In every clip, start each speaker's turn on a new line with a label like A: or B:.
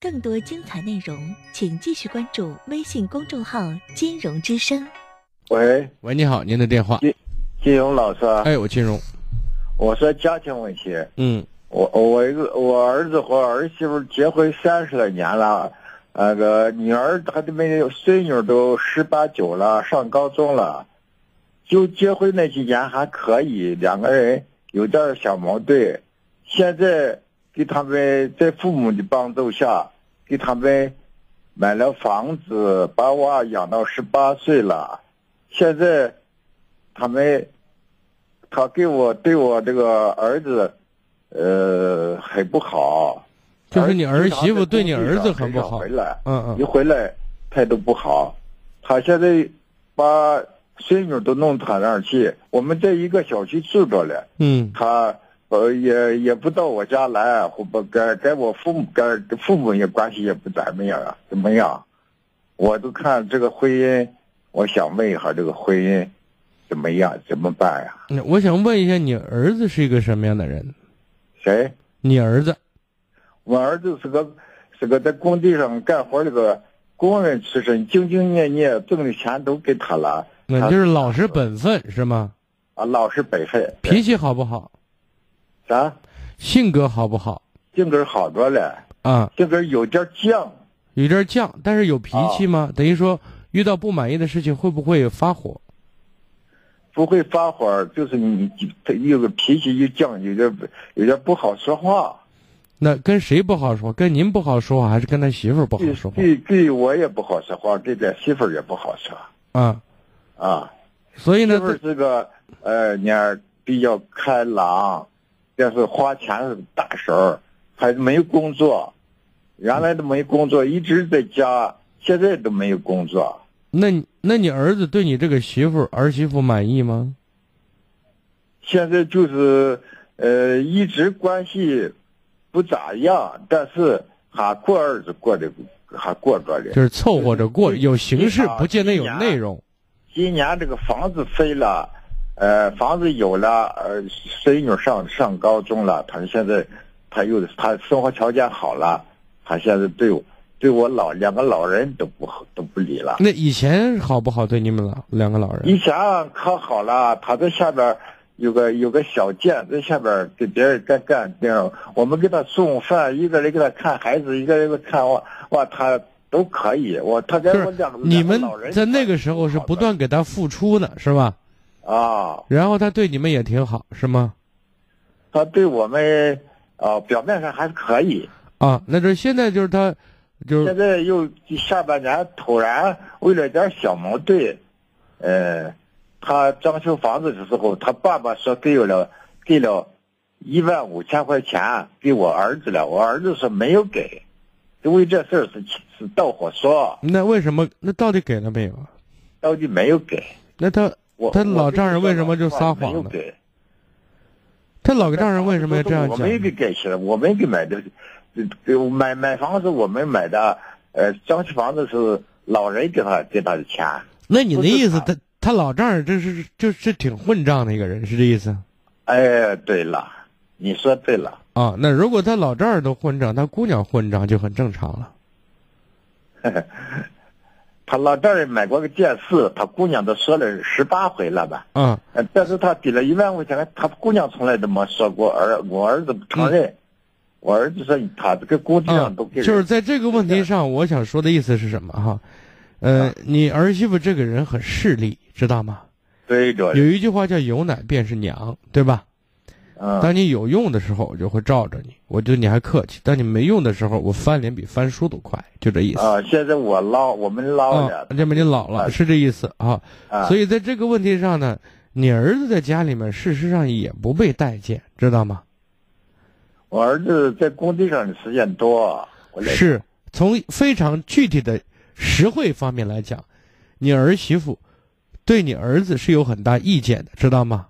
A: 更多精彩内容，请继续关注微信公众号“金融之声
B: 喂，
C: 喂，你好，您的电话。
B: 金金融老师，啊
C: 哎，我金融，
B: 我说家庭问题，
C: 嗯，
B: 我我一个我儿子和儿媳妇结婚三十来年了，那个女儿还没有，孙女都十八九了，上高中了，就结婚那几年还可以，两个人有点小矛盾，现在给他们在父母的帮助下，给他们买了房子，把娃养到十八岁了，现在他们他给我对我这个儿子，呃，很不好。
C: 就是你儿媳妇对你儿子很不
B: 经常
C: 好
B: 回。来，
C: 嗯
B: 一
C: 嗯，
B: 回来态度不好，他现在把孙女都弄他那儿去。我们在一个小区住着嘞，
C: 嗯
B: 他呃也也不到我家来，或不跟跟我父母跟父母也关系也不怎么样啊，怎么样？我都看这个婚姻，我想问一下这个婚姻怎么样，怎么办呀、
C: 嗯，我想问一下，你儿子是一个什么样的人？
B: 谁？
C: 你儿子，
B: 我儿子是个是个在工地上干活那个工人出身，兢兢业业，挣的钱都给他了。
C: 那
B: 他
C: 嗯就是老实本分是吗？
B: 啊，老实本分，啊
C: 脾气好不好？
B: 啥
C: 性格好不好？
B: 性格好多了，
C: 啊，
B: 性格有点犟，
C: 有点犟，但是有脾
B: 哦
C: 气吗？等于说遇到不满意的事情会不会发火？
B: 不会发火，就是你他有个脾气又犟，有点有点不好说话。
C: 那跟谁不好说？跟您不好说话，还是跟他媳妇儿不好
B: 对
C: 说话？
B: 对对，我也不好说话，对咱媳妇儿也不好说
C: 啊，
B: 啊。
C: 所以
B: 媳
C: 呢
B: 妇，儿是个呃，你看比较开朗，但是花钱是大手儿，还没工作，原来都没工作，一直在家，现在都没有工作。
C: 那你那你儿子对你这个媳妇儿儿媳妇满意吗？
B: 现在就是呃，一直关系不咋样，但是还过日子过得还过着嘞
C: 就。是凑合着过，
B: 就是
C: 有形式
B: 啊
C: 不见得有
B: 一年
C: 内容。
B: 今年这个房子飞了，呃，房子有了，呃，孙女上上高中了，她现在她又她生活条件好了，她现在对我对我老两个老人都不好都不理了。
C: 那以前好不好？对你们老两个老人，
B: 以前可好了，她在下边有个有个小店，在下边给别人干干那种，我们给她送饭，一个人给她看孩子，一个人给她看娃娃，她都可以。我她
C: 就
B: 跟我
C: 是
B: 两个
C: 你
B: 两个
C: 们
B: 老人
C: 在那个时候是不断给他付出的，是吧？
B: 啊。
C: 然后他对你们也挺好，是吗？
B: 他对我们呃表面上还可以，
C: 啊，那就是现在就是他，就
B: 现
C: 是
B: 在又下半年突然为了点小矛盾，呃，他装修房子的时候，他爸爸说给了给了一万五千块钱给我儿子了，我儿子说没有给，因为这事儿是是到火说，
C: 那为什么？那到底给了没有啊？
B: 到底没有给。
C: 那他
B: 我
C: 他老
B: 我跟
C: 丈
B: 你
C: 人
B: 说
C: 为什么就
B: 老
C: 撒
B: 没
C: 谎
B: 有
C: 呢
B: 给
C: 他老丈人为什么要这样
B: 我
C: 讲呢？
B: 没给盖起来，我没给买的，呃买买房子我们买的，呃，装修房子是老人给他给他的钱，
C: 那你的意思，
B: 不
C: 他他老丈人这是就是挺混账的一个人，是这意思
B: 哎，对了，你说对了，
C: 啊？那如果他老丈人都混账，他姑娘混账就很正常了。
B: 他老丈人买过个电视，他姑娘都说了十八回了吧，
C: 啊，
B: 呃但是他给了一万块钱，他姑娘从来都没说过，儿我儿子不承认，我儿子说他这个工地
C: 啊
B: 上都给，人
C: 嗯就是在这个问题上，我想说的意思是什么哈？呃
B: 啊，
C: 你儿媳妇这个人很势利，知道吗？
B: 对着
C: 有，一句话叫“有奶便是娘”，对吧？
B: 嗯，
C: 当你有用的时候，我就会罩着你，我对你还客气；当你没用的时候，我翻脸比翻书都快，就这意思。
B: 啊，现在我捞，我们捞
C: 啊
B: 了，，
C: 这么你老了，
B: 啊
C: 是这意思啊。
B: 啊，
C: 所
B: 以
C: 以在这个问题上呢，你儿子在家里面事实上也不被待见，知道吗？
B: 我儿子在工地上的时间多，我来
C: 是从非常具体的实惠方面来讲，你儿媳妇对你儿子是有很大意见的，知道吗？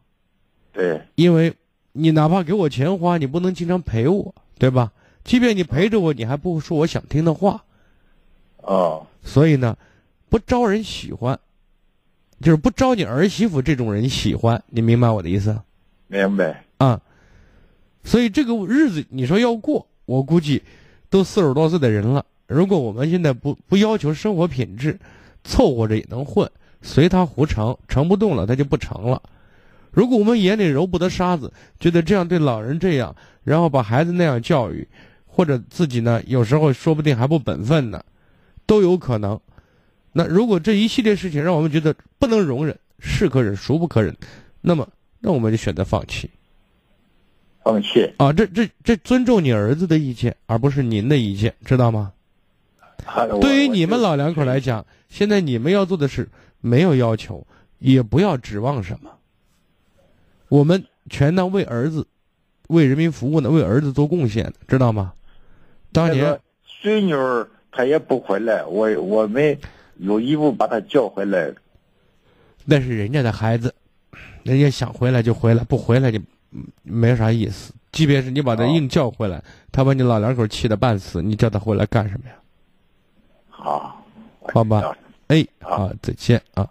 B: 对。
C: 因为你哪怕给我钱花，你不能经常陪我，对吧？即便你陪着我，你还不说我想听的话，
B: 哦，
C: 所以呢，不招人喜欢，就是不招你儿媳妇这种人喜欢，你明白我的意思？
B: 明白。
C: 啊，所以这个日子你说要过，我估计都四十多岁的人了，如果我们现在不不要求生活品质，凑合着也能混，随他胡成，成不动了他就不成了。如果我们眼里揉不得沙子，觉得这样对老人这样，然后把孩子那样教育，或者自己呢，有时候说不定还不本分呢，都有可能。那如果这一系列事情让我们觉得不能容忍，是可忍孰不可忍，那么那我们就选择放弃
B: 放弃。
C: 啊！这这这尊重你儿子的意见，而不是您的意见，知道吗？
B: 啊我
C: 对于你
B: 我
C: 们
B: 就
C: 老两口来讲，现在你们要做的是没有要求，也不要指望什么。我们全当为儿子，为人民服务呢，为儿子做贡献，知道吗？当
B: 那
C: 年
B: 个孙女儿她也不回来，我我们有义务把她叫回来。
C: 那是人家的孩子，人家想回来就回来，不回来就嗯没啥意思。即便是你把他
B: 哦
C: 硬叫回来，他把你老两口气得半死，你叫他回来干什么呀？
B: 好，我
C: 好吧
B: 知道了
C: 哎，
B: 哦好
C: 好，再见啊。